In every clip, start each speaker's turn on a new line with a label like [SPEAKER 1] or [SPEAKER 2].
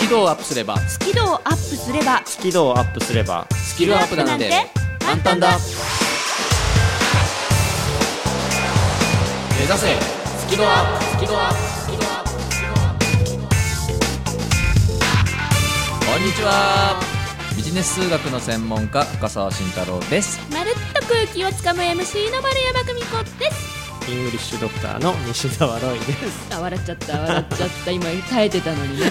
[SPEAKER 1] キ度をアップすれば
[SPEAKER 2] スキルをアップすれば
[SPEAKER 3] スキルをアップすれば
[SPEAKER 1] スキルアップなんて簡単だ目指せスキルアップスキルアップスキルアップスキルアップこんにちはビジネス数学の専門家深澤慎太郎です
[SPEAKER 2] まるっと空気をつかむ MC の丸山久美子です
[SPEAKER 3] イングリッシュドクターの西澤ロイです
[SPEAKER 2] あ笑っちゃった笑っちゃった今耐えてたのに
[SPEAKER 1] ね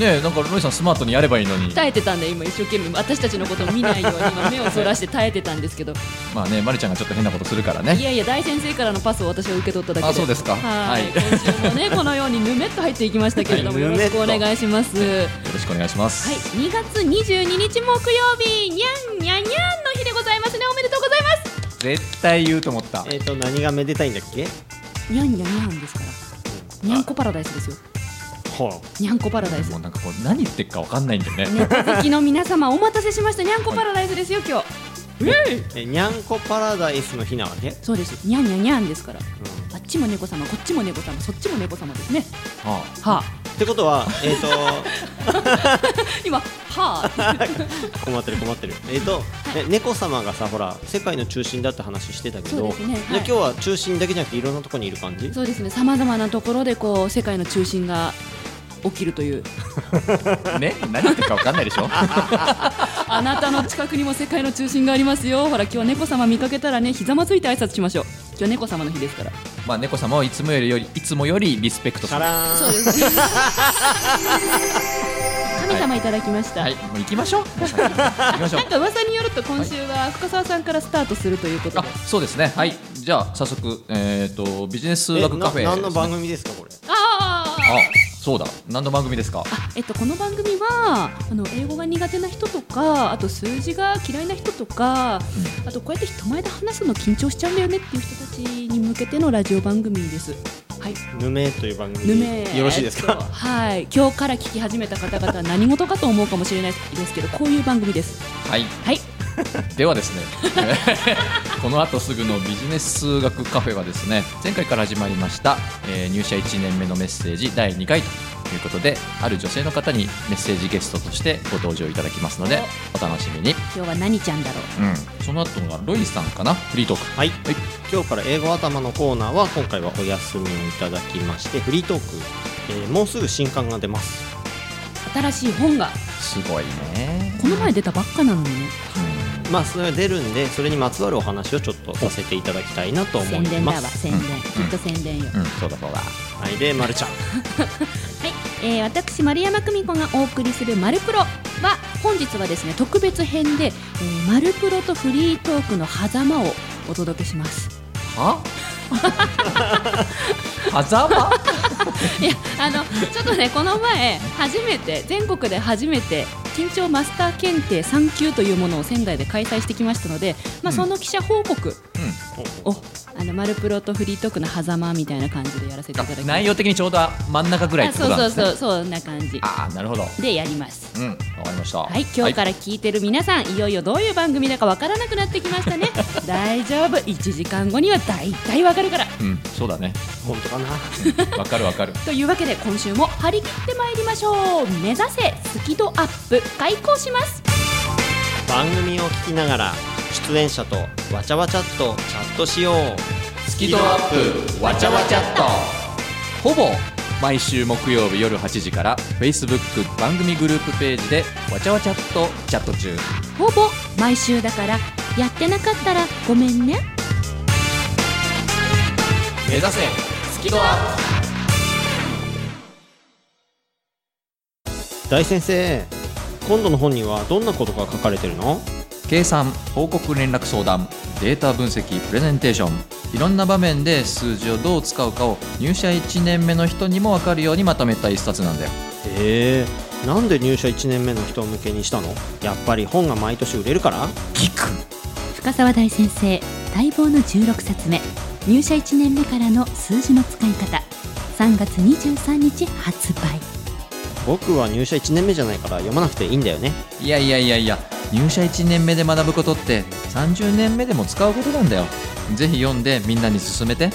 [SPEAKER 1] えなんかロイさんスマートにやればいいのに
[SPEAKER 2] 耐えてたんで今一生懸命私たちのことを見ないように 今目をそらして耐えてたんですけど
[SPEAKER 1] まあねまるちゃんがちょっと変なことするから
[SPEAKER 2] い
[SPEAKER 1] ね
[SPEAKER 2] やいや大先生からのパスを私は受け取っただけで
[SPEAKER 1] あそうですか
[SPEAKER 2] はい、
[SPEAKER 1] はい
[SPEAKER 2] 今週もねこのようにぬめっと入っていきましたけれども
[SPEAKER 3] はい
[SPEAKER 2] よろしくお願いしますは
[SPEAKER 1] よろしくお願いします、
[SPEAKER 2] い2月22日木曜日にゃんにゃんにゃんの日でございますねおめでとうございます
[SPEAKER 1] 絶対言うと思った
[SPEAKER 3] えっ、と何がめでたいんだっけ
[SPEAKER 2] にゃんにゃんにゃんですからにゃんこパラダイスですよ
[SPEAKER 3] ほ
[SPEAKER 2] にゃんこパラダイス
[SPEAKER 1] もうなんかこう何言ってっかわかんないんだよね
[SPEAKER 2] ネタ好きの皆様お待たせしましたにゃんこパラダイスですよ今日うん
[SPEAKER 3] うえにゃんこパラダイスの日なわけ、うん、
[SPEAKER 2] そうですにゃんにゃんにゃんですからあっちも猫様こっちも猫様そっちも猫様ですね
[SPEAKER 1] は
[SPEAKER 2] はあ
[SPEAKER 3] ってことはえっ、
[SPEAKER 2] 今はあ
[SPEAKER 3] と困ってる困ってるえっ、と、ね猫様がさほら世界の中心だって話してたけ
[SPEAKER 2] そう
[SPEAKER 3] ど
[SPEAKER 2] ですねはい
[SPEAKER 3] じゃあ今日は中心だけじゃなくていろんなとこにいる感じ
[SPEAKER 2] そうですねさまざまなところでこう世界の中心が起きるという
[SPEAKER 1] あね何言ってっかわかんないでしょ
[SPEAKER 2] あなたの近くにも世界の中心がありますよほら今日猫様見かけたらねひざまずいて挨拶しましょう今日猫様の日ですから
[SPEAKER 1] まあ猫様をいつもよりよりいつもよりリスペクトす
[SPEAKER 3] カ
[SPEAKER 1] る
[SPEAKER 3] ラーン
[SPEAKER 2] うです 神様いただきました、
[SPEAKER 1] はいもう行きましょう もう先に行きましょう
[SPEAKER 2] なんか噂によると今週は深澤さんからスタートするということ
[SPEAKER 1] あ
[SPEAKER 2] で、
[SPEAKER 1] そうですねはいじゃあ早速えっ、とビジネス数
[SPEAKER 3] え
[SPEAKER 1] 学カ
[SPEAKER 3] な
[SPEAKER 1] フェ
[SPEAKER 3] 何の番
[SPEAKER 1] 組
[SPEAKER 3] 組ですかこれ
[SPEAKER 2] あー
[SPEAKER 1] あそうだ何の番組ですか
[SPEAKER 2] あえっと、この番組はあの英語が苦手な人とかあと数字が嫌いな人とか、あとこうやって人前で話すの緊張しちゃうんだよねっていう人たちに向けてのラジオ番組です。はい
[SPEAKER 3] ヌメという番組
[SPEAKER 2] ぬめ
[SPEAKER 3] よろしいで
[SPEAKER 2] え
[SPEAKER 3] す
[SPEAKER 2] っと
[SPEAKER 3] か
[SPEAKER 2] はい今日から聞き始めた方々は何事かと思うかもしれないですけどこういう番組です
[SPEAKER 1] はい
[SPEAKER 2] はい
[SPEAKER 1] ではですね この後すぐのビジネス数学カフェはですね前回から始まりました、えー入社1年目のメッセージ第2回ということである女性の方にメッセージゲストとしてご登場いただきますのでお楽しみに、
[SPEAKER 2] 今日は何ちゃんだろう
[SPEAKER 1] うん、その後がロイさんかなフリートーク
[SPEAKER 3] はい、
[SPEAKER 1] はい
[SPEAKER 3] 今日から英語頭のコーナーは今回はお休みをいただきましてフリートーク、えーもうすぐ新刊が出ます
[SPEAKER 2] 新しい本が
[SPEAKER 1] すごいね
[SPEAKER 2] この前出たばっかなのにね
[SPEAKER 3] まあそれが出るんでそれにまつわるお話をちょっとさせていただきたいなと思
[SPEAKER 2] 宣
[SPEAKER 3] い
[SPEAKER 2] 伝だ
[SPEAKER 3] ま
[SPEAKER 2] わ
[SPEAKER 3] す
[SPEAKER 2] 宣伝、きっと宣伝よ
[SPEAKER 1] うん、うん、そうだそうだ
[SPEAKER 3] はいで、ま、るちゃん
[SPEAKER 2] はい、えー私丸山久美子がお送りする「マルプロ」は本日はですね特別編で、えー、マルプロとフリートークの狭間をお届けします。
[SPEAKER 1] は狭間
[SPEAKER 2] いやあのちょっとねこの前初めて全国で初めて緊張マスター検定3級というものを仙台で開催してきましたので、
[SPEAKER 1] う
[SPEAKER 2] まあ、
[SPEAKER 1] ん
[SPEAKER 2] その記者報告
[SPEAKER 1] う
[SPEAKER 2] を「あのマルプロ」とフリートークの狭間みたいな感じでやらせていただきます
[SPEAKER 1] ん、内容的にちょうど真ん中ぐらい
[SPEAKER 2] あ
[SPEAKER 1] って
[SPEAKER 2] そ
[SPEAKER 1] こ
[SPEAKER 2] う
[SPEAKER 1] となん
[SPEAKER 2] そ
[SPEAKER 1] で
[SPEAKER 2] う
[SPEAKER 1] すね
[SPEAKER 2] そうそんな感じ
[SPEAKER 1] ああなるほど
[SPEAKER 2] でやります。
[SPEAKER 1] うんわかりました
[SPEAKER 2] はい、今日からら聞いてる皆さん、い、よいよどういう番組だかわからなくなってきま したね大丈夫1時間後には大体わかるから
[SPEAKER 1] うんそうだね
[SPEAKER 3] 本当かな
[SPEAKER 1] わかるわかる
[SPEAKER 2] というわけで今週も張り切ってまいりましょう目指せスキドアップ開講します
[SPEAKER 3] 番組を聞きながら出演者とわちゃわちゃっとチャットしよ う
[SPEAKER 1] スキドアップわちゃわちゃっとほぼ毎週木曜日夜8時から Facebook 番組グループページでわちゃわちゃっとチャット中
[SPEAKER 2] ほぼ毎週だからやってなかったらごめんね
[SPEAKER 1] 目指せスキドアッ
[SPEAKER 3] 大先生今度の本にはどんなことが書かれてるの
[SPEAKER 1] プ計算報告連絡相談データ分析プレゼンテーションいろんな場面で数字をどう使うかを入社1年目の人にもわかるようにまとめた一冊なんだよ
[SPEAKER 3] へえなんで入社1年目の人向けにしたのやっぱり本が毎年売れるから
[SPEAKER 1] 聞く
[SPEAKER 2] 深澤大先生待望の16冊目入社1年目からの数字の使い方3月23日発売
[SPEAKER 3] 僕は入社1年目じゃないから読まなくていいんだよね
[SPEAKER 1] いやいやいやいや入社1年目で学ぶことって30年目でも使うことなんだよぜひ読んでみんなに勧めて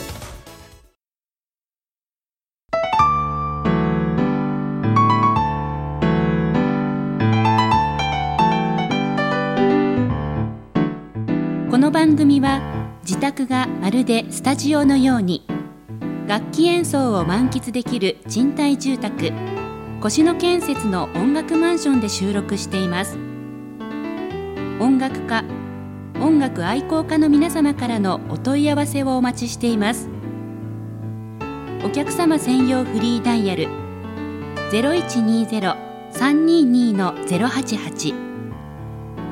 [SPEAKER 2] 番組は自宅がまるでスタジオのように楽器演奏を満喫できる賃貸住宅越野建設の音楽マンションで収録しています音楽家音楽愛好家の皆様からのお問い合わせをお待ちしていますお客様専用フリーダイヤル0120-322-088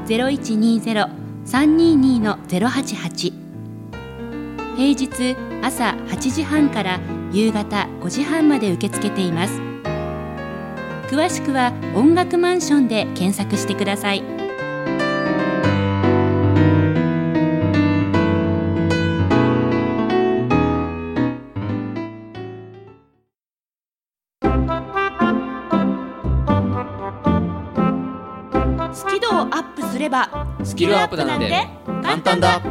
[SPEAKER 2] 0120-322-088平日朝8時半から夕方5時半まで受け付けています詳しくは音楽マンションで検索してください
[SPEAKER 4] スキルをアップすれば
[SPEAKER 1] スキルアップなんて簡単だ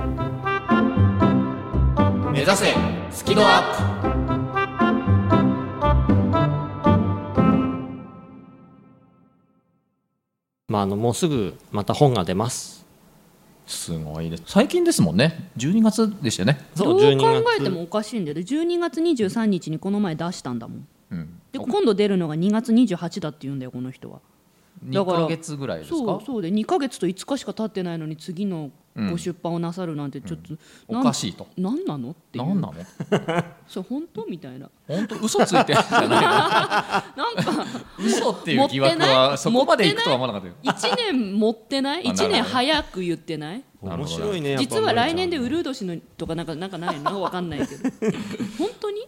[SPEAKER 1] 目指せスキルアップ
[SPEAKER 3] まあ、あのもうすぐまた本が出ます
[SPEAKER 1] すごいです最近ですもんね12月でしたよね、
[SPEAKER 4] どう
[SPEAKER 3] 12
[SPEAKER 4] 考えてもおかしいんだよね12月23日にこの前出したんだもん
[SPEAKER 1] うん、
[SPEAKER 4] で今度出るのが2月28だって言うんだよこの人はだ
[SPEAKER 1] 2
[SPEAKER 4] から
[SPEAKER 1] ヶ月ぐらいですか
[SPEAKER 4] そうそうで2ヶ月と5日しか経ってないのに次の
[SPEAKER 1] うん
[SPEAKER 4] ご出版をなさるなんてちょっと、
[SPEAKER 1] おかしいと
[SPEAKER 4] なん何なのっていう
[SPEAKER 1] 何なの
[SPEAKER 4] それ本当みたいな
[SPEAKER 1] 本当嘘ついてるんじゃない
[SPEAKER 4] なんか
[SPEAKER 1] の嘘っていう疑惑はそこまでいくとは思わなかったよ
[SPEAKER 4] 1年持ってない
[SPEAKER 1] あなるほど
[SPEAKER 4] 1年早く言ってない
[SPEAKER 1] なる
[SPEAKER 3] 面
[SPEAKER 1] ほど
[SPEAKER 3] 白いねやっぱ
[SPEAKER 4] 実は来年でウ
[SPEAKER 3] る、
[SPEAKER 4] ルー年のとかなんかなんかないのわかんない けど本当に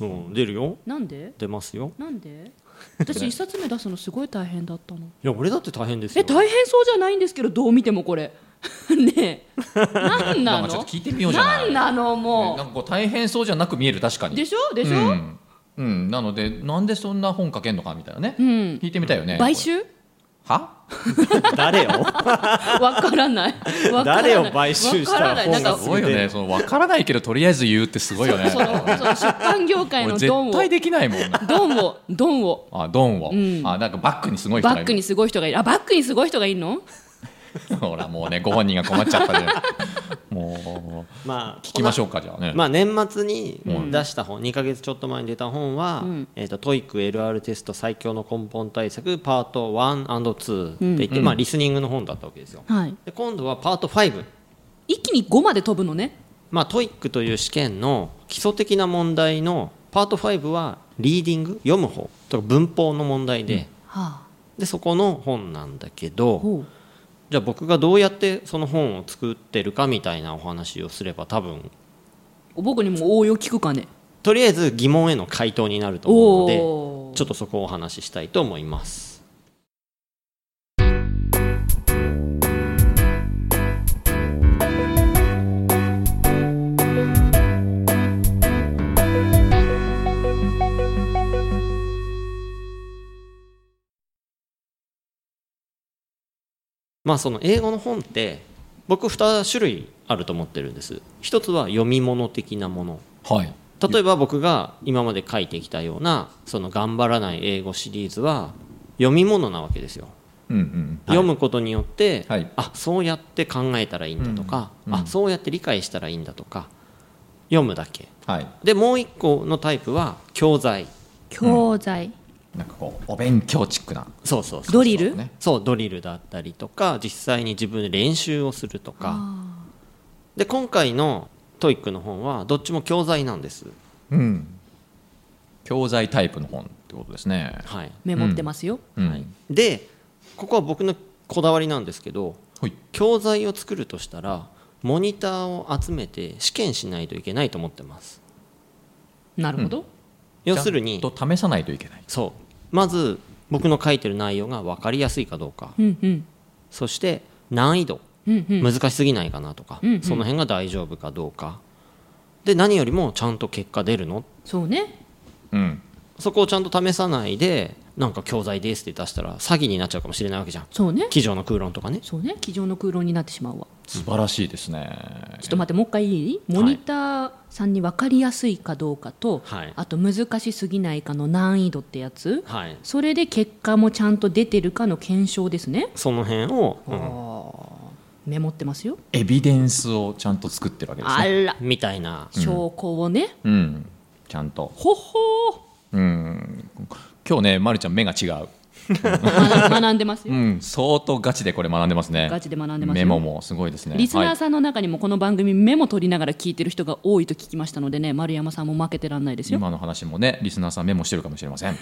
[SPEAKER 3] うん、出るよ
[SPEAKER 4] なんで
[SPEAKER 3] 出ますよ
[SPEAKER 4] なんで私一冊目出すのすごい大変だったの
[SPEAKER 3] いや俺だって大変です
[SPEAKER 4] え
[SPEAKER 3] よ
[SPEAKER 4] 大変そうじゃないんですけどどう見てもこれ ねえなんな
[SPEAKER 1] なんかちょ
[SPEAKER 4] の
[SPEAKER 1] っと聞いてみようじゃない
[SPEAKER 4] んなの
[SPEAKER 1] ねなん
[SPEAKER 4] も
[SPEAKER 1] かこう大変そうじゃなく見える確か
[SPEAKER 4] う
[SPEAKER 1] に
[SPEAKER 4] でしょでしょ、
[SPEAKER 1] うん、うん、なのでなんでそんな本書けんのかみたいなね、
[SPEAKER 4] うん
[SPEAKER 1] 聞いてみたいよね
[SPEAKER 4] 買収
[SPEAKER 1] は
[SPEAKER 3] 誰よ
[SPEAKER 4] わか らない。わからない
[SPEAKER 3] 誰を買収したら
[SPEAKER 4] わからない。なん
[SPEAKER 3] 本
[SPEAKER 1] す
[SPEAKER 4] か
[SPEAKER 3] が
[SPEAKER 1] ごいよねその分からないけどとりあえず言うってすごいよね
[SPEAKER 4] そのその出版業界
[SPEAKER 1] 俺
[SPEAKER 4] のドン
[SPEAKER 1] 絶
[SPEAKER 4] を、
[SPEAKER 1] 対できないもん
[SPEAKER 4] ドンを、ドンを。
[SPEAKER 1] あドンを、
[SPEAKER 4] うん
[SPEAKER 1] あなんかバックにすごい人
[SPEAKER 4] バ
[SPEAKER 1] がい
[SPEAKER 4] ッ
[SPEAKER 1] る
[SPEAKER 4] クにすごい人がいる。あ、バックにすごい人がいるの？
[SPEAKER 1] ほらもうねご本人が困っちゃった じゃんもう
[SPEAKER 3] まあ
[SPEAKER 1] 聞きましょうかじゃあね、
[SPEAKER 3] まあ、年末に
[SPEAKER 4] うん
[SPEAKER 3] 出した本、2か月ちょっと前に出た本は、
[SPEAKER 4] うん
[SPEAKER 3] えー、とトイック LR テスト最強の根本対策パート 1&2 って言って、
[SPEAKER 1] うん
[SPEAKER 3] まあ、リスニングの本だったわけですよ
[SPEAKER 4] はい。
[SPEAKER 3] で今度はパート5、
[SPEAKER 4] 一気に5まで飛ぶのね。
[SPEAKER 3] まあ、トイックという試験の基礎的な問題のパート5はリーディング読む方とか文法の問題で,、
[SPEAKER 4] は
[SPEAKER 3] でそこの本なんだけ
[SPEAKER 4] あ。
[SPEAKER 3] ど
[SPEAKER 4] ほう。
[SPEAKER 3] じゃあ僕がどうやってその本を作ってるかみたいなお話をすれば多分
[SPEAKER 4] 僕にも応用聞くかね。
[SPEAKER 3] とりあえず疑問への回答になると思うので。
[SPEAKER 4] おお。
[SPEAKER 3] ちょっとそこをお話ししたいと思います。まあその英語の本って僕2種類あると思ってるんです一つは読み物的なもの
[SPEAKER 1] はい
[SPEAKER 3] 例えば僕が今まで書いてきたようなその頑張らない英語シリーズは読み物なわけですよ、
[SPEAKER 1] うんうん
[SPEAKER 3] 読むことによって、
[SPEAKER 1] はい
[SPEAKER 3] あそうやって考えたらいいんだとか、
[SPEAKER 1] うんうん
[SPEAKER 3] あそうやって理解したらいいんだとか読むだけ
[SPEAKER 1] はい
[SPEAKER 3] でもう一個のタイプは教材
[SPEAKER 2] 教材、
[SPEAKER 1] なんかこうお勉強チックな
[SPEAKER 3] そうそうそう
[SPEAKER 4] ドリル？
[SPEAKER 1] ね
[SPEAKER 3] そうドリルだったりとか実際に自分で練習をするとかで今回のトイックの本はどっちも教材なんです、
[SPEAKER 1] うん教材タイプの本ってことですね
[SPEAKER 3] はい、
[SPEAKER 4] メモってますよ。
[SPEAKER 1] うん
[SPEAKER 3] はいでここは僕のこだわりなんですけど
[SPEAKER 1] はい
[SPEAKER 3] 教材を作るとしたらモニターを集めて試験しないといけないと思ってます
[SPEAKER 4] なるほど。
[SPEAKER 3] 要するに
[SPEAKER 1] ちゃんと試さないといけない
[SPEAKER 3] そうまず僕の書いてる内容が分かりやすいかどうか
[SPEAKER 4] うんうん
[SPEAKER 3] そして難易度
[SPEAKER 4] うんうん。
[SPEAKER 3] 難しすぎないかなとか、
[SPEAKER 4] うんうん
[SPEAKER 3] その辺が大丈夫かどうかで何よりもちゃんと結果出るの
[SPEAKER 4] そうね。
[SPEAKER 1] うん
[SPEAKER 3] そこをちゃんと試さないでなんか教材ですって出したら詐欺になっちゃうかもしれないわけじゃん
[SPEAKER 4] そうね。
[SPEAKER 3] 机上の空論とかね
[SPEAKER 4] そうね。机上の空論になってしまうわ。
[SPEAKER 1] 素晴らしいですね
[SPEAKER 4] ちょっと待って、もう一回いいモニターさんに分かりやすいかどうかと、
[SPEAKER 3] はい
[SPEAKER 4] あと難しすぎないかの難易度ってやつ、
[SPEAKER 3] はい
[SPEAKER 4] それで結果もちゃんと出てるかの検証ですね。
[SPEAKER 3] その辺を、うん
[SPEAKER 4] メモってますよ
[SPEAKER 1] エビデンスをちゃんと作ってるわけです
[SPEAKER 4] あ
[SPEAKER 1] ね。
[SPEAKER 4] ら
[SPEAKER 3] みたいな
[SPEAKER 4] 証拠をね、
[SPEAKER 1] うん、ちゃんと。
[SPEAKER 4] ほほ
[SPEAKER 1] うん、今日ね、まるちゃん目が違う。
[SPEAKER 4] ー学学んでますよ、
[SPEAKER 1] うん、相当ガチでこれ学んでますね。
[SPEAKER 4] ガチで学んでます
[SPEAKER 1] メ
[SPEAKER 4] よ
[SPEAKER 1] モもすごいですね。
[SPEAKER 4] リスナー
[SPEAKER 1] さ
[SPEAKER 4] さんの中にもこの番組メモ取りながら聞いてる人が多いと聞きましたのでね丸山さんも負けてらんないですよ
[SPEAKER 1] 今の話もね、リスナーさんメモしてるかもしれませ ん。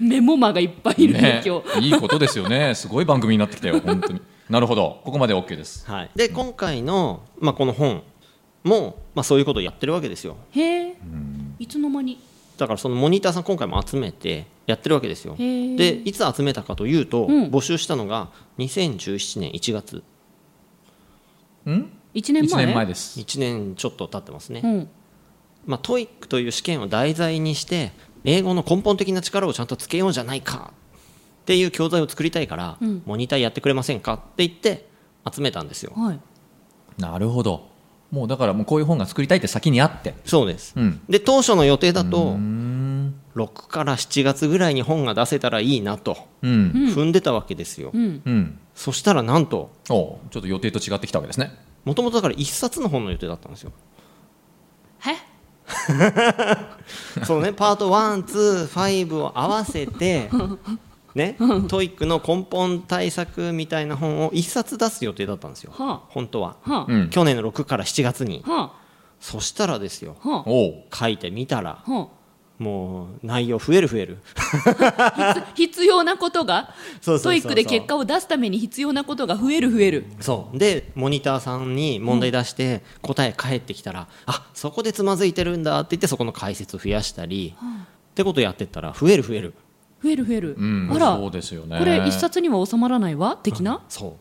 [SPEAKER 4] メモマがいっぱいいるね
[SPEAKER 1] ね
[SPEAKER 4] 今日、
[SPEAKER 1] いいことですよね。すごい番組になってきたよ、本当に。なるほど、ここまで OK です。
[SPEAKER 3] はい、で今回の、まあ、この本も、まあ、そういうことをやってるわけですよ
[SPEAKER 4] へえいつの間に
[SPEAKER 3] だからそのモニターさん今回も集めてやってるわけですよ
[SPEAKER 4] へー
[SPEAKER 3] でいつ集めたかというと、
[SPEAKER 4] うん
[SPEAKER 3] 募集したのが2017年1月
[SPEAKER 1] うん、
[SPEAKER 4] 1年
[SPEAKER 1] 一
[SPEAKER 4] 前
[SPEAKER 1] 年前です。
[SPEAKER 3] 1年ちょっと経ってますね、
[SPEAKER 4] うん、
[SPEAKER 3] まあ、トイックという試験を題材にして英語の根本的な力をちゃんとつけようじゃないかっていう教材を作りたいから、
[SPEAKER 4] うん
[SPEAKER 3] モニターやってくれませんかって言って集めたんですよ
[SPEAKER 4] はい
[SPEAKER 1] なるほど。もうだからもうこういう本が作りたいって先にあって。
[SPEAKER 3] そうです、
[SPEAKER 1] うん。
[SPEAKER 3] で当初の予定だと
[SPEAKER 1] うん。
[SPEAKER 3] 6から7月ぐらいに本が出せたらいいなと
[SPEAKER 1] うん。
[SPEAKER 3] 踏んでたわけですよ、
[SPEAKER 4] うん
[SPEAKER 1] うん。
[SPEAKER 3] そしたらなんと
[SPEAKER 1] おうちょっと予定と違ってきたわけですね。
[SPEAKER 3] もともとだから1冊の本の予定だったんです よ
[SPEAKER 4] は
[SPEAKER 3] そのねパート125を合わ せてねトイックの根本対策みたいな本を1冊出す予定だったんですよ
[SPEAKER 4] は
[SPEAKER 3] 本当は
[SPEAKER 4] あはあ、
[SPEAKER 1] うん。
[SPEAKER 3] 去年の6から7月に
[SPEAKER 4] は
[SPEAKER 3] そしたらですよ
[SPEAKER 4] あはあ
[SPEAKER 1] おう
[SPEAKER 3] 書いてみたら
[SPEAKER 4] は
[SPEAKER 3] もう内容増える増える
[SPEAKER 4] あ、必必要なことが
[SPEAKER 3] そう
[SPEAKER 4] トイックで結果を出すために必要なことが増える増える
[SPEAKER 3] そうでモニターさんに問題出して答え返ってきたら、あそこでつまずいてるんだって言ってそこの解説増やしたり、ってことやってったら増える増える
[SPEAKER 4] 増える増える、
[SPEAKER 1] うん。
[SPEAKER 4] あら
[SPEAKER 1] そうですよね。
[SPEAKER 4] これ一冊には収まらないわ的な、
[SPEAKER 3] そ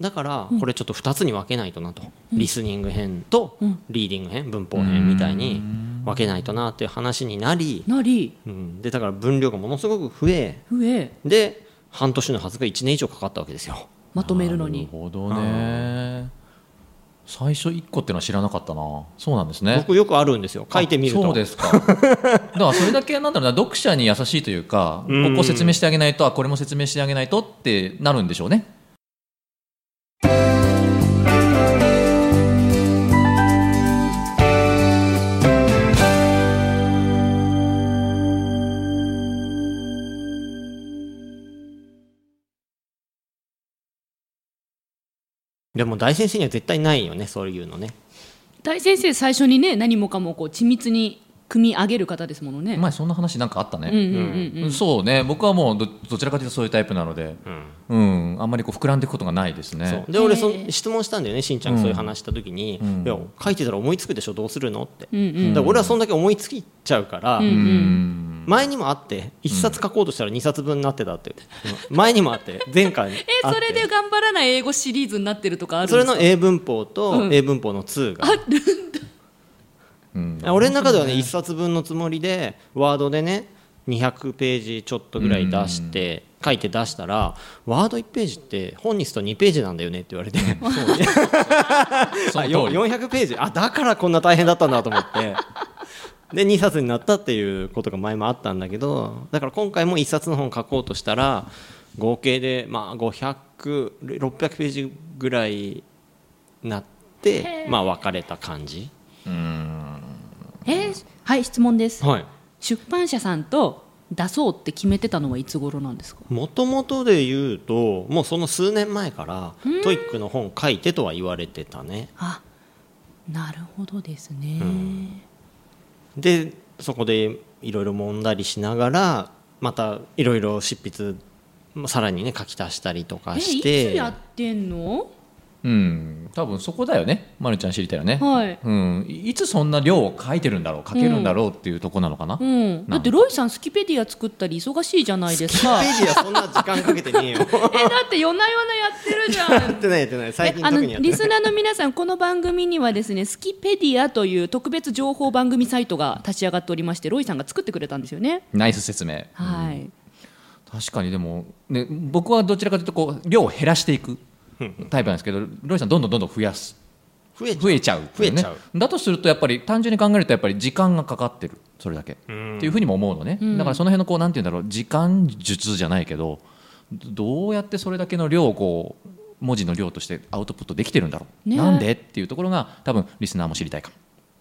[SPEAKER 3] うだからこれちょっと2つに分けないとなと、リスニング編と
[SPEAKER 4] うん
[SPEAKER 3] リーディング編文法編みたいに分けないとなっていう話になり、
[SPEAKER 4] なり
[SPEAKER 3] うん、でだから分量がものすごく増え
[SPEAKER 4] 増え
[SPEAKER 3] で半年のはずが1年以上かかったわけですよ
[SPEAKER 4] まとめるの
[SPEAKER 1] な
[SPEAKER 4] に
[SPEAKER 1] るほどね。最初一個っていうのは知らなかったな。そうなんですね。
[SPEAKER 3] 僕よくあるんですよ書いてみると
[SPEAKER 1] あそうですかだからそれだけなんだろうな読者に優しいというかこ
[SPEAKER 3] うん
[SPEAKER 1] こを説明してあげないとあこれも説明してあげないとってなるんでしょうね
[SPEAKER 3] でも大先生には絶対ないよねそういうのね
[SPEAKER 4] 大先生最初にね何もかもこう緻密に組み上げる方ですものね、
[SPEAKER 1] 前そんな話なんかあった
[SPEAKER 4] うん
[SPEAKER 1] ね、
[SPEAKER 4] うんうんうん、
[SPEAKER 1] そうね僕はもうどどちらかというとそういうタイプなので、
[SPEAKER 3] う
[SPEAKER 1] う
[SPEAKER 3] ん
[SPEAKER 1] ん、あんまりこう膨らんでいくことがないです
[SPEAKER 3] そ
[SPEAKER 1] ね
[SPEAKER 3] うで俺そ
[SPEAKER 4] へえ
[SPEAKER 3] 質問したんだよねしんちゃんがそういう話した時に、
[SPEAKER 1] うん
[SPEAKER 3] いや書いてたら思いつくでしょどうするのって、
[SPEAKER 4] うんう
[SPEAKER 3] だ
[SPEAKER 4] ん
[SPEAKER 3] から俺はそんだけ思いつきちゃうから、
[SPEAKER 4] うん
[SPEAKER 1] うん
[SPEAKER 3] 前にもあって1冊書こうとしたら2冊分になってたって、前にも あって前回にあって
[SPEAKER 4] えそれで頑張らない英語シリーズになってるとかあるん
[SPEAKER 3] そ
[SPEAKER 4] で
[SPEAKER 3] れ
[SPEAKER 4] すか
[SPEAKER 3] の英文法
[SPEAKER 4] う
[SPEAKER 3] と
[SPEAKER 4] ん
[SPEAKER 3] 英文法の2が、
[SPEAKER 1] うん
[SPEAKER 3] 俺の中ではね1冊分のつもりでワードでね200ページちょっとぐらい出して書いて出したらワード1ページって本にすると2ページなんだよねって言 われて
[SPEAKER 1] その
[SPEAKER 3] あ
[SPEAKER 1] 通り
[SPEAKER 3] よ400ページあだからこんな大変だったんだと思ってで2冊になったっていうことが前もあったんだけどだから今回も1冊の本書こうとしたら合計でまあ500600ページぐらいなってまあ分かれた感じ
[SPEAKER 4] えーはい質問です
[SPEAKER 3] はい
[SPEAKER 4] 出版社さんと出そうって決めてたのはいつ頃なんですか
[SPEAKER 3] もともとで言うともうその数年前からトイックの本書いてとは言われてたね
[SPEAKER 4] あなるほどですね、
[SPEAKER 3] でそこでいろいろ揉んだりしながらまたいろいろ執筆まあさらにね書き足したりとか
[SPEAKER 4] え
[SPEAKER 3] し
[SPEAKER 4] いつ
[SPEAKER 3] て
[SPEAKER 4] やってんの
[SPEAKER 1] うん多分そこだよね、ま、るちゃん知りたいよね、
[SPEAKER 4] はい
[SPEAKER 1] うん、いつそんな量を書いてるんだろう書けるんだろうっていうとこなのかな、
[SPEAKER 4] うん、だってロイさんスキペディア作ったり忙しいじゃないですか
[SPEAKER 3] ページはそんな時間かけてね えよ
[SPEAKER 4] えだって夜な夜なやってるじゃ
[SPEAKER 3] や
[SPEAKER 4] ん
[SPEAKER 3] ってないやってない 最
[SPEAKER 4] え
[SPEAKER 3] 近
[SPEAKER 4] あの
[SPEAKER 3] 特にやって
[SPEAKER 4] リ
[SPEAKER 3] ない
[SPEAKER 4] スナーの皆さん、この番組にはですねスキペディアという特別情報番組サイトが立ち上がっておりましてロイさんが作ってくれたんですよね。
[SPEAKER 1] ナイス説明
[SPEAKER 4] はい、
[SPEAKER 1] 確かにでも、ね、僕はどちらかというとこう量を減らしていくタイプなんですけどロイさんどんどんどんどん増やす
[SPEAKER 3] 増えちゃう
[SPEAKER 1] 増えちゃうっていうね
[SPEAKER 3] 増えちゃ
[SPEAKER 1] だとするとやっぱり単純に考えるとやっぱり時間がかかってるそれだけっていうふうにも思うのね、だからその辺のこうなんて言うんだろう時間術じゃないけどどうやってそれだけの量をこう文字の量としてアウトプットできてるんだろう、
[SPEAKER 4] ね
[SPEAKER 1] なんでっていうところが多分リスナーも知りたいかも。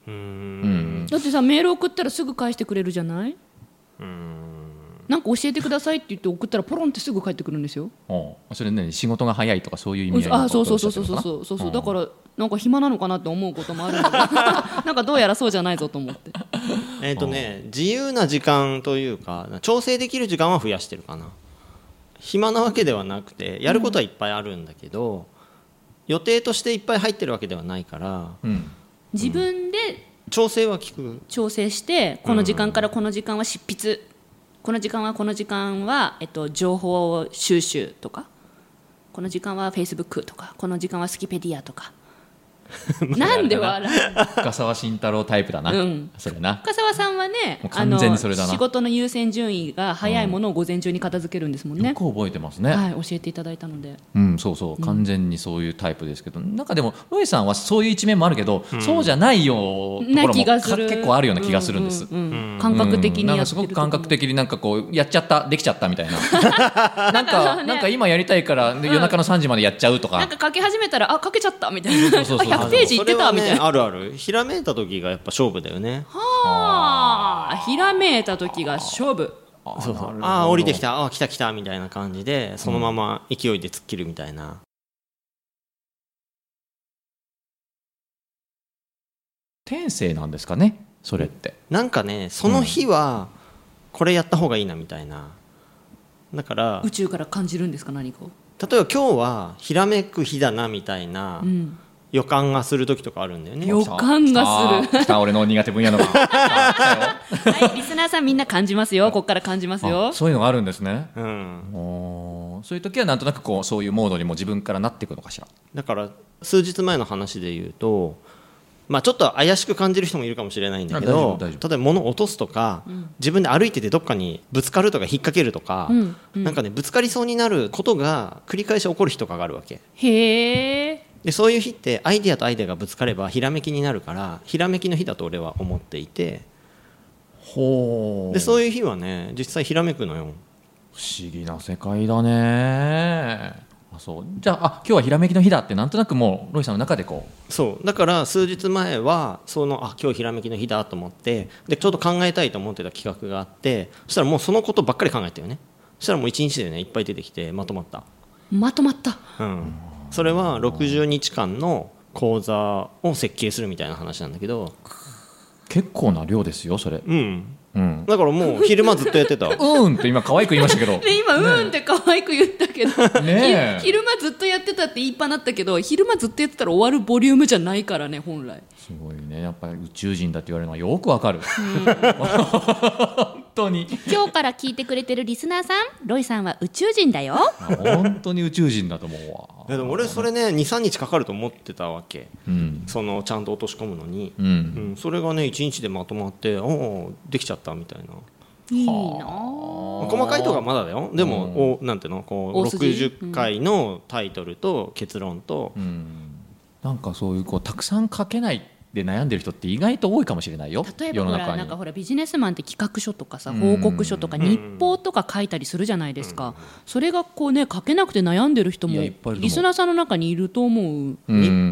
[SPEAKER 3] うー
[SPEAKER 1] うん
[SPEAKER 3] ん
[SPEAKER 4] だってさメール送ったらすぐ返してくれるじゃないなんか教えてくださいって言って送ったらポロンってすぐ返ってくるんですよ。
[SPEAKER 1] おうそれね仕事が早いとかそういう意味合いの
[SPEAKER 4] あ
[SPEAKER 1] こ
[SPEAKER 4] そう
[SPEAKER 1] と
[SPEAKER 4] そ
[SPEAKER 1] をお
[SPEAKER 4] う
[SPEAKER 1] っしゃ
[SPEAKER 4] そう
[SPEAKER 1] って
[SPEAKER 4] そ
[SPEAKER 1] るのか
[SPEAKER 4] うそうそうそう
[SPEAKER 1] な
[SPEAKER 4] だからなんか暇なのかなって思うこともあ るんだけどなんかどうやらそうじゃないぞと思って
[SPEAKER 3] えっ、とね自由な時間というか調整できる時間は増やしてるかな暇なわけではなくてやることはいっぱいあるんだけど、予定としていっぱい入ってるわけではないから
[SPEAKER 1] うんうん
[SPEAKER 4] 自分で
[SPEAKER 3] 調整は効く
[SPEAKER 4] 調整してこの時間からこの時間は執筆この時間はこの時間は、えっと、情報収集とかこの時間はフェイスブックとかこの時間はスキペディア とかなんで笑う
[SPEAKER 1] 深沢慎太郎タイプだな、
[SPEAKER 4] うん
[SPEAKER 1] それな
[SPEAKER 4] 深澤さんはね
[SPEAKER 1] もう
[SPEAKER 4] あ
[SPEAKER 1] 完
[SPEAKER 4] の
[SPEAKER 1] 全にそれだな
[SPEAKER 4] 仕事の優先順位が早いものを午前中に片付けるんですもんね
[SPEAKER 1] よ、く覚えてますね、
[SPEAKER 4] はい、教えていただいたので
[SPEAKER 1] うん、そうそう完全にそういうタイプですけど、なんかでもロイさんはそういう一面もあるけど、そうじゃないようなとこ
[SPEAKER 4] な
[SPEAKER 1] ろ
[SPEAKER 4] 気
[SPEAKER 1] も
[SPEAKER 4] が
[SPEAKER 1] か
[SPEAKER 4] する
[SPEAKER 1] 結構あるような気がするんです、
[SPEAKER 4] うううん感覚的に
[SPEAKER 1] うんな
[SPEAKER 4] や
[SPEAKER 1] ん
[SPEAKER 4] ってる
[SPEAKER 1] かすごく感覚
[SPEAKER 4] と
[SPEAKER 1] 的になんかこうやっちゃったできちゃったみ たいななんかなんか今やりたいからで夜中の3時までやっちゃうと
[SPEAKER 4] 思う
[SPEAKER 1] か
[SPEAKER 4] なんか書き始めたらあ書けちゃったみたいな
[SPEAKER 1] そうそうそう
[SPEAKER 4] あ100ページいってた
[SPEAKER 3] あの
[SPEAKER 4] み
[SPEAKER 3] そ
[SPEAKER 4] た
[SPEAKER 3] れ
[SPEAKER 4] い
[SPEAKER 3] は
[SPEAKER 4] な
[SPEAKER 3] ねあるあるひらめいた時がやっぱ勝負だよね
[SPEAKER 4] ああひらめいた時が勝負
[SPEAKER 1] あ
[SPEAKER 3] そう
[SPEAKER 1] なるほど
[SPEAKER 3] ああ降りてきたああ来た来たみたいな感じでそのまま勢いで突っ切るみたいな、
[SPEAKER 1] 天性なんですかねそれって
[SPEAKER 3] なんかねその日はこれやった方がいいなみたいなだから
[SPEAKER 4] 宇宙から感じるんですか何かを、
[SPEAKER 3] 例えば今日はひらめく日だなみたいな
[SPEAKER 4] うん、
[SPEAKER 3] 予感がする時とかあるんだよね、
[SPEAKER 4] よ予感がする
[SPEAKER 1] る来た俺の苦手分 野の来たよ
[SPEAKER 4] はいリスナーさんみんな感じますよここから感じますよ
[SPEAKER 1] あそういうのがあるんですね
[SPEAKER 3] うん、
[SPEAKER 1] おーそういう時はなんとなくこうそういうモードにも自分からなっていくのかしら
[SPEAKER 3] だから数日前の話で言うと、まあ、ちょっと怪しく感じる人もいるかもしれないんだけ
[SPEAKER 1] あ大
[SPEAKER 3] ど
[SPEAKER 1] 丈夫
[SPEAKER 3] 例
[SPEAKER 1] 大
[SPEAKER 3] え
[SPEAKER 1] 丈
[SPEAKER 3] ば物を落とすとか、自分で歩いててどっかにぶつかるとか引っ掛けるとか、
[SPEAKER 4] うん
[SPEAKER 3] なんかねぶつかりそうになることが繰り返し起こる日とかがあるわけ
[SPEAKER 4] へえ
[SPEAKER 3] でそういう日ってアイデアとアイデアがぶつかればひらめきになるからひらめきの日だと俺は思っていて
[SPEAKER 1] ほ
[SPEAKER 3] でそう
[SPEAKER 1] いう
[SPEAKER 3] いう日はね実際ひらめくのよ
[SPEAKER 1] 不思議な世界だねあそうじゃああ今日はひらめきの日だってなんとなくもうロイさんの中でこう
[SPEAKER 3] そうだから数日前はそのあ今日ひらめきの日だと思ってでちょうど考えたいと思ってた企画があってそしたらもうそのことばっかり考えたよねそしたらもう一日でねいっぱい出てきてまとまった、
[SPEAKER 4] まとまった
[SPEAKER 3] うん、それは60日間の講座を設計するみたいな話なんだけど
[SPEAKER 1] 結構な量ですよそれ
[SPEAKER 3] うん
[SPEAKER 1] うん
[SPEAKER 3] だからもう昼間ずっとやってた
[SPEAKER 1] うんって今可愛く言いましたけど
[SPEAKER 4] で今「うん」って可愛く言ったけど、
[SPEAKER 1] ねえ
[SPEAKER 4] ひ昼間ずっとやってたって言いっぱなったけど昼間ずっとやってたら終わるボリュームじゃないからね本来
[SPEAKER 1] すごいねやっぱり宇宙人だって言われるのはよくわかる 本当に
[SPEAKER 2] 今日から聞いてくれてるリスナーさんロイさんは宇宙人だよ
[SPEAKER 1] あ本当に宇宙人だと思う
[SPEAKER 3] いや
[SPEAKER 1] わ
[SPEAKER 3] でも俺それね23日かかると思ってたわけ
[SPEAKER 1] うん
[SPEAKER 3] そのちゃんと落とし込むのに、
[SPEAKER 1] う
[SPEAKER 3] うんん、それがね1日でまとまっておおできちゃったみたいない
[SPEAKER 2] いな
[SPEAKER 3] 細かいとこはまだだよでも、おなんていうのこう
[SPEAKER 4] 大筋
[SPEAKER 3] 60回のタイトルと結論と、
[SPEAKER 1] うんなんかそういうこうたくさん書けないで悩んでる人って意外と多いかもしれないよ
[SPEAKER 4] 例え
[SPEAKER 1] 世の
[SPEAKER 4] ばほ
[SPEAKER 1] 中
[SPEAKER 4] ら
[SPEAKER 1] に
[SPEAKER 4] なんかほらビジネスマンって企画書とかさ
[SPEAKER 1] うん
[SPEAKER 4] 報告書とか日報とか書いたりするじゃないですか、それがこうね書けなくて悩んでる人
[SPEAKER 1] い
[SPEAKER 4] も
[SPEAKER 1] やいっぱいいると思う
[SPEAKER 4] リスナーさんの中にいると思う
[SPEAKER 1] うん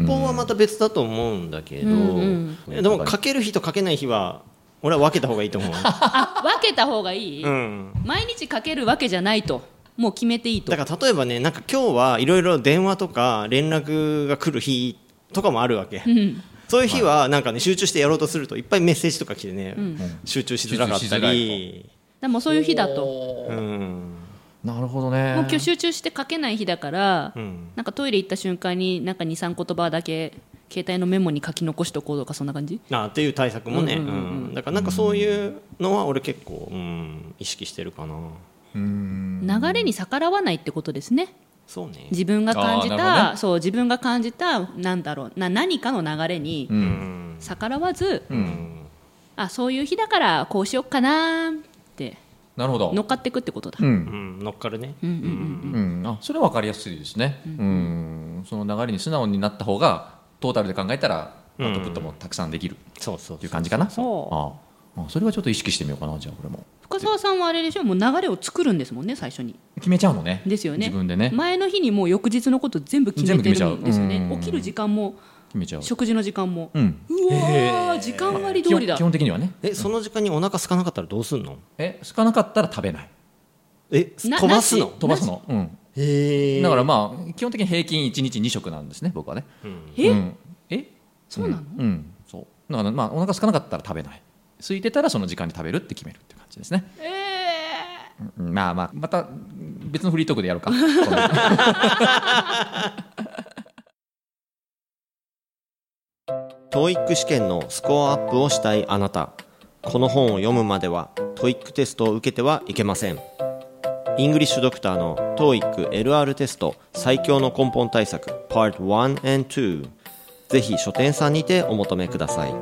[SPEAKER 3] 日本はまた別だと思うんだけど、
[SPEAKER 4] うん
[SPEAKER 1] うん
[SPEAKER 3] えでも書ける日と書けない日は 俺は分けた方がいいと思う、
[SPEAKER 4] あ分けた方がいい、
[SPEAKER 3] うん、
[SPEAKER 4] 毎日書けるわけじゃないともう決めていいと
[SPEAKER 3] だから例えばねなんか今日はいろいろ電話とか連絡が来る日とかもあるわけ、
[SPEAKER 4] ん
[SPEAKER 3] そういう日はなんかね集中してやろうとするといっぱいメッセージとか来てね、集中しづらかったり、
[SPEAKER 4] でもそういう日だと
[SPEAKER 1] お
[SPEAKER 3] う
[SPEAKER 1] ー
[SPEAKER 3] ん
[SPEAKER 1] なるほどね
[SPEAKER 4] もう今日集中して書けない日だから、
[SPEAKER 3] うん、
[SPEAKER 4] なんかトイレ行った瞬間になんか23言葉だけ携帯のメモに書き残しとこうとかそんな感じ
[SPEAKER 3] あっていう対策もね、
[SPEAKER 4] う
[SPEAKER 3] うんん
[SPEAKER 4] うんうん
[SPEAKER 3] だからなんかそういうのは俺結構、うん、意識してるかな
[SPEAKER 1] うん
[SPEAKER 4] 流れに逆らわないってことですね
[SPEAKER 3] そうね
[SPEAKER 4] 自分が感じ
[SPEAKER 1] あーなるほど
[SPEAKER 4] た、
[SPEAKER 1] ね
[SPEAKER 4] そう自分が感じたなんだろうな何かの流れに
[SPEAKER 1] う
[SPEAKER 3] うんん、
[SPEAKER 4] 逆らわず、
[SPEAKER 3] うん、
[SPEAKER 4] あそういう日だからこうしよっかなーって
[SPEAKER 1] なるほど
[SPEAKER 4] 乗っかっていくってことだ、
[SPEAKER 1] う
[SPEAKER 3] うんん、乗っかるね、
[SPEAKER 4] うんうん
[SPEAKER 1] うん、あそれは分かりやすいですね、うんその流れに素直になった方がトータルで考えたらア
[SPEAKER 3] うん
[SPEAKER 1] ウトプットもたくさんできるっ
[SPEAKER 3] そうそう
[SPEAKER 1] ていう感じかな、
[SPEAKER 4] そう
[SPEAKER 1] あああそれはちょっと意識してみようかなじゃあこれも
[SPEAKER 4] 深澤さんはあれでしょもう流れを作るんですもんね最初に
[SPEAKER 1] 決めちゃうのね
[SPEAKER 4] ですよね
[SPEAKER 1] 自分でね
[SPEAKER 4] 前の日にもう翌日のこと全部決めてるんですよ
[SPEAKER 1] 全部決めちゃう
[SPEAKER 4] ね
[SPEAKER 1] うん
[SPEAKER 4] 起きる時間も
[SPEAKER 1] 決めちゃう
[SPEAKER 4] 食事の時間も、
[SPEAKER 1] うん
[SPEAKER 4] うわー時間割り通りだ
[SPEAKER 1] 基本的にはね
[SPEAKER 3] えその時間にお腹空かなかったらどうすんの
[SPEAKER 1] え少なかったら食べない
[SPEAKER 3] え飛
[SPEAKER 4] な
[SPEAKER 3] ばすの
[SPEAKER 1] 飛ばすの、うん、
[SPEAKER 3] へえ
[SPEAKER 1] だからまあ基本的に平均1日2食なんですね僕はね
[SPEAKER 4] え、
[SPEAKER 1] うんえ
[SPEAKER 4] そうなの、
[SPEAKER 1] うん、うんそうだからまあお腹空かなかったら食べない空いてたらその時間に食べるって決めるっていう感じですね、
[SPEAKER 4] え
[SPEAKER 1] うんまあまあまた別のフリートークでやろうか
[SPEAKER 3] TOEIC 試験のスコアアップをしたいあなたこの本を読むまでは TOEIC テストを受けてはいけませんイングリッシュドクターの TOEICLR テスト最強の根本対策 Part 1 and 2ぜひ書店さんにてお求めください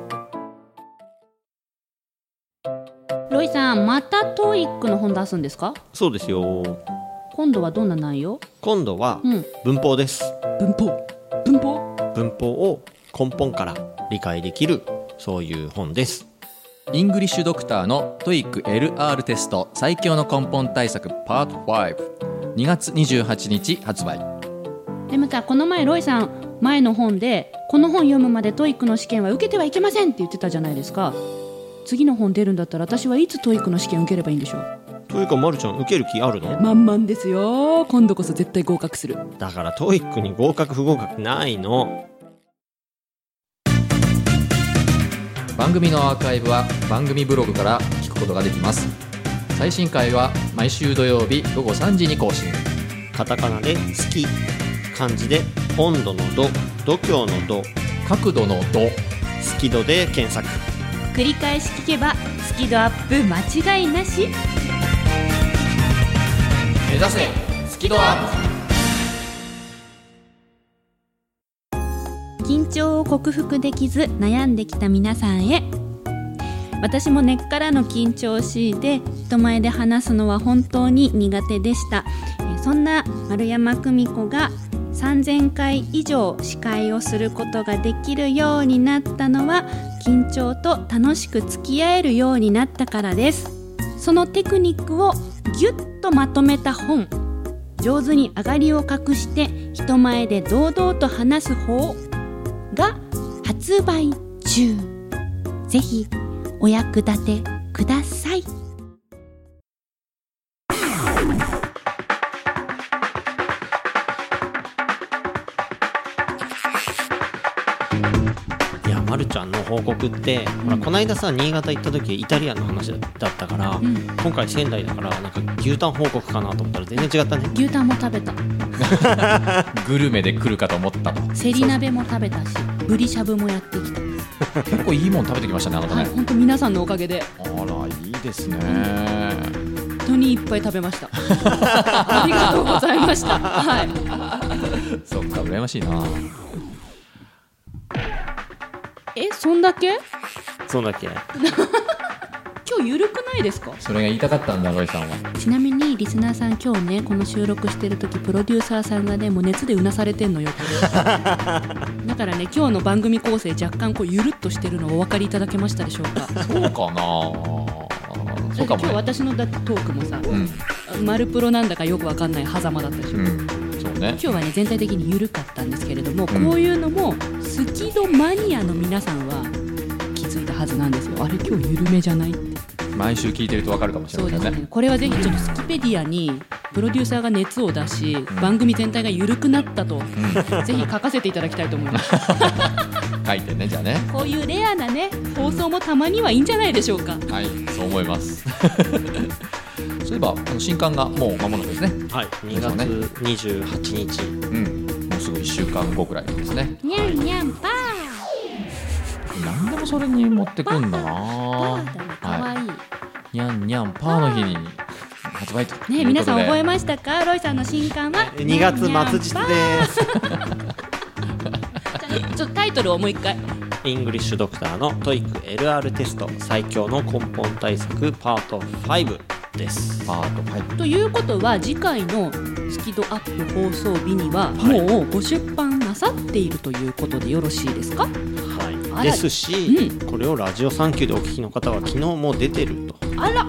[SPEAKER 2] ロイさんまたトーイックの本出すんですか
[SPEAKER 3] そうですよ
[SPEAKER 2] 今度はどんな内容
[SPEAKER 3] 今度は
[SPEAKER 2] うん
[SPEAKER 3] 文法です、
[SPEAKER 4] 文法文法
[SPEAKER 3] 文法を根本から理解できるそういう本です
[SPEAKER 1] イングリッシュドクターの TOEICLR テスト最強の根本対策パート52月28日発売
[SPEAKER 2] でもさこの前ロイさん前の本でこの本読むまでトイックの試験は受けてはいけませんって言ってたじゃないですか次の本出るんだったら私はいつトイックの試験受ければいいんでしょう
[SPEAKER 3] というかまるちゃん受ける気あるの
[SPEAKER 4] 満々ですよ今度こそ絶対合格する
[SPEAKER 3] だから TOEIC に合格不合格ないの
[SPEAKER 1] 番組のアーカイブは番組ブログから聞くことができます最新回は毎週土曜日午後3時に更新
[SPEAKER 3] カタカナで「好き」漢字で「温度の度」「度胸の度」
[SPEAKER 1] 角度の度
[SPEAKER 3] 「好き度」で検索
[SPEAKER 2] 繰り返し聞けばスキドアップ間違いなし
[SPEAKER 1] 目指せスキドアッ
[SPEAKER 2] 緊張を克服できず悩んできた皆さんへ私も根っからの緊張を強いて人前で話すのは本当に苦手でしたえーそんな丸山久美子が3000回以上司会をすることができるようになったのは緊張と楽しく付き合えるようになったからですそのテクニックをぎゅっとまとめた本上手に上がりを隠して人前で堂々と話す方が発売中ぜひお役立てください
[SPEAKER 3] いやまるちゃんの報告って、ほらこないださ新潟行った時イタリアンの話だったから、今回仙台だからなんか牛タン報告かなと思ったら全然違ったね
[SPEAKER 2] 牛タンも食べた
[SPEAKER 1] プグルメで来るかと思ったと
[SPEAKER 2] セリ鍋も食べたしブリしゃぶもやってきた
[SPEAKER 1] 結構いいもん食べてきましたねあなた
[SPEAKER 4] はい
[SPEAKER 1] ね
[SPEAKER 4] 本当皆さんのおかげで
[SPEAKER 1] あらいいですね
[SPEAKER 4] 本当にいっぱい食べました ありがとうございましたはい
[SPEAKER 1] そっか羨ましいな
[SPEAKER 4] えそんだけ
[SPEAKER 3] そうだっけ
[SPEAKER 4] 今日ゆるくないですか
[SPEAKER 1] それが言いたかったんだロイさんは
[SPEAKER 2] ちなみにリスナーさん今日ねこの収録してる時プロデューサーさんがねもう熱でうなされて んのよこれだからね今日の番組構成若干こうゆるっとしてるのをお分かりいただけましたでしょうか
[SPEAKER 1] そうかなそうかも
[SPEAKER 4] 今日
[SPEAKER 1] ね
[SPEAKER 4] 私のだってトークもさ、
[SPEAKER 1] うん
[SPEAKER 4] マルプロなんだかよくわかんない狭間だったでしょ、
[SPEAKER 1] うんそうね
[SPEAKER 4] 今日はね全体的に緩かったんですけれども、
[SPEAKER 1] うん
[SPEAKER 4] こういうのもスキドマニアの皆さんは気づいたはずなんですよあれ今日緩めじゃないって
[SPEAKER 1] 毎週聞いてるとわかるかもしれ
[SPEAKER 4] そう
[SPEAKER 1] ま
[SPEAKER 4] で
[SPEAKER 1] せ
[SPEAKER 4] す
[SPEAKER 1] んね
[SPEAKER 4] ねこれはぜひちょっとスキペディアにプロデューサーが熱を出し、番組全体が緩くなったと、ぜひ書かせていただきたいと思います
[SPEAKER 1] 書いてねじゃあね
[SPEAKER 4] こういうレアなね放送もたまにはいいんじゃないでしょうか
[SPEAKER 1] はいそう思います そういえばあの新刊がもう間もなくですね
[SPEAKER 3] はい2月28日、
[SPEAKER 1] うんもうすぐ1週間後くらいですね
[SPEAKER 2] にゃんにゃんパー
[SPEAKER 1] 何でもそれに持ってくんだな
[SPEAKER 2] パーだねかわ
[SPEAKER 1] はい
[SPEAKER 2] い、
[SPEAKER 1] い、にゃんにゃんパーの日に発売と
[SPEAKER 2] ね皆さん覚え
[SPEAKER 1] ま
[SPEAKER 2] ましたかロイさんの新 刊は
[SPEAKER 3] 2月末日
[SPEAKER 2] にゃんにゃんパー
[SPEAKER 3] です
[SPEAKER 4] じゃあちょっとタイトルをもう一回
[SPEAKER 3] イングリッシュドクターの TOEICLR テスト最強の根本対策パート5です
[SPEAKER 1] パート5
[SPEAKER 4] ということは次回のスキドアップ放送日には
[SPEAKER 3] はい
[SPEAKER 4] もうご出版なさっているということでよろしいですか、
[SPEAKER 3] は
[SPEAKER 4] あら
[SPEAKER 3] い、ですし、これをラジオサンキューでお聞きの方は昨日もう出てると
[SPEAKER 4] あら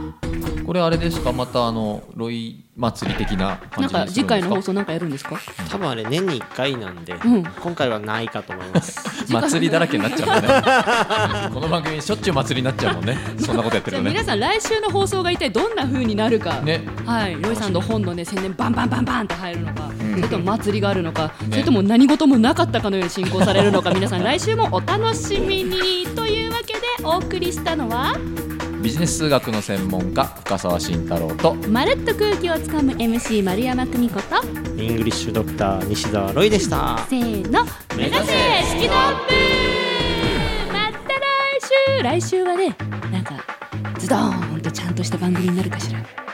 [SPEAKER 1] これあれですかまたあのロイ祭り的な感
[SPEAKER 4] なん
[SPEAKER 1] じに
[SPEAKER 4] か
[SPEAKER 1] する
[SPEAKER 4] 次
[SPEAKER 1] んです
[SPEAKER 4] 回の
[SPEAKER 1] か
[SPEAKER 4] 放送なんかやるんですか
[SPEAKER 3] 多分あれ年に1回なんで、
[SPEAKER 4] ん
[SPEAKER 3] 今回はないかと思います
[SPEAKER 1] 祭りだらけになっちゃうもんねこの番組しょっちゅう祭りになっちゃうもんねそんなことやってる
[SPEAKER 4] じゃあ
[SPEAKER 1] とね
[SPEAKER 4] 皆さん来週の放送が一体どんな風になるか、
[SPEAKER 1] ね
[SPEAKER 4] はい、ロイさんの本のね宣伝バンバンバンバンって入るのか、
[SPEAKER 1] ん
[SPEAKER 4] それとも祭りがあるのか、
[SPEAKER 1] ね
[SPEAKER 4] それとも何事もなかったかのように進行されるのか皆さん来週もお楽しみにというわけでお送りしたのは
[SPEAKER 1] ビジネス数学の専門家深澤慎太郎と
[SPEAKER 2] まるっと空気をつかむ MC 丸山久美子と
[SPEAKER 3] イングリッシュドクター西澤ロイでした
[SPEAKER 2] せーの
[SPEAKER 3] 目
[SPEAKER 4] 目指せスキドアップまた来週来週はねなんかズドーンとちゃんとした番組になるかしら